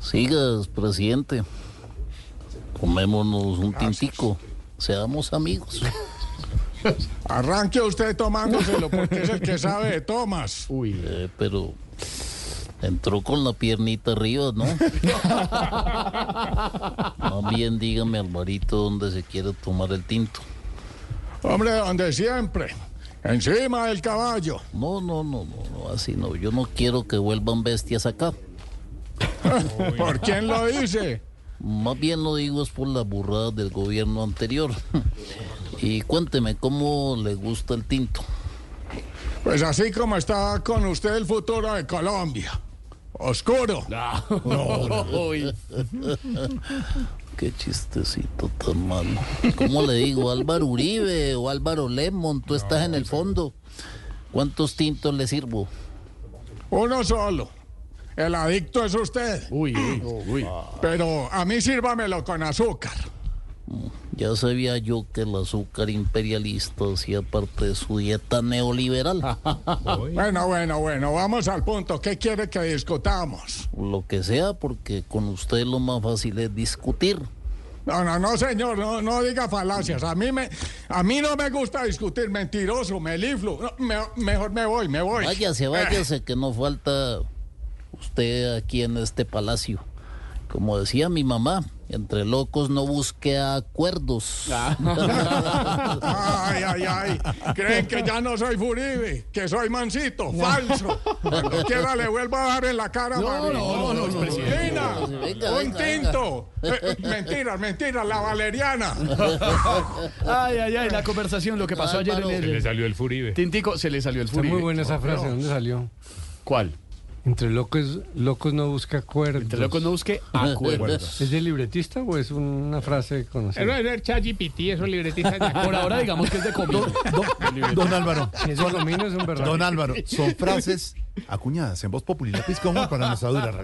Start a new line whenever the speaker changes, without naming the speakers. Sigas, presidente. Comémonos un tintico. Seamos amigos.
Arranque usted tomándoselo porque es el que sabe de tomas.
Eh, pero entró con la piernita arriba, ¿no? Más bien dígame, Alvarito, dónde se quiere tomar el tinto.
Hombre, donde siempre. Encima del caballo.
No, no, no, no, no, así no. Yo no quiero que vuelvan bestias acá.
¿Por quién lo dice?
Más bien lo digo es por las burradas del gobierno anterior. y cuénteme, ¿cómo le gusta el tinto?
Pues así como está con usted el futuro de Colombia. Oscuro.
Qué chistecito tan malo. ¿Cómo le digo? Álvaro Uribe o Álvaro Lemon, tú estás en el fondo. ¿Cuántos tintos le sirvo?
Uno solo. El adicto es usted.
Uy, uy, uy.
Pero a mí sírvamelo con azúcar.
Ya sabía yo que el azúcar imperialista hacía parte de su dieta neoliberal.
Bueno, bueno, bueno. Vamos al punto. ¿Qué quiere que discutamos?
Lo que sea, porque con usted lo más fácil es discutir.
No, no, no, señor. No, no diga falacias. A mí, me, a mí no me gusta discutir. Mentiroso, melifluo. No, me- mejor me voy, me voy.
Váyase, váyase, que no falta usted aquí en este palacio. Como decía mi mamá, entre locos no busque acuerdos.
Ay, ay, ay. Creen que ya no soy Furibe, que soy mansito, falso. Cuando quiera le vuelvo a dar en la cara. No,
no, no, no, expresidente.
Venga,
un
venga, venga.
tinto. Eh, eh, mentira, mentira, la valeriana.
Ay, ay, ay, la conversación, lo que pasó ayer en
Le
el...
salió el Furibe.
Tintico, se le salió el
Está
furibe.
muy buena esa frase, ¿dónde salió?
¿Cuál?
Entre locos, locos no busca acuerdos.
Entre locos no busque acuerdos.
¿Es del libretista o es una frase conocida?
Era el ChatGPT, esos libretistas de
Por ahora digamos que es de comida.
Don Álvaro,
Es de Lomino, es un berraco.
don Álvaro, son frases acuñadas en voz popular. La pizca humor para nuestra dura realidad.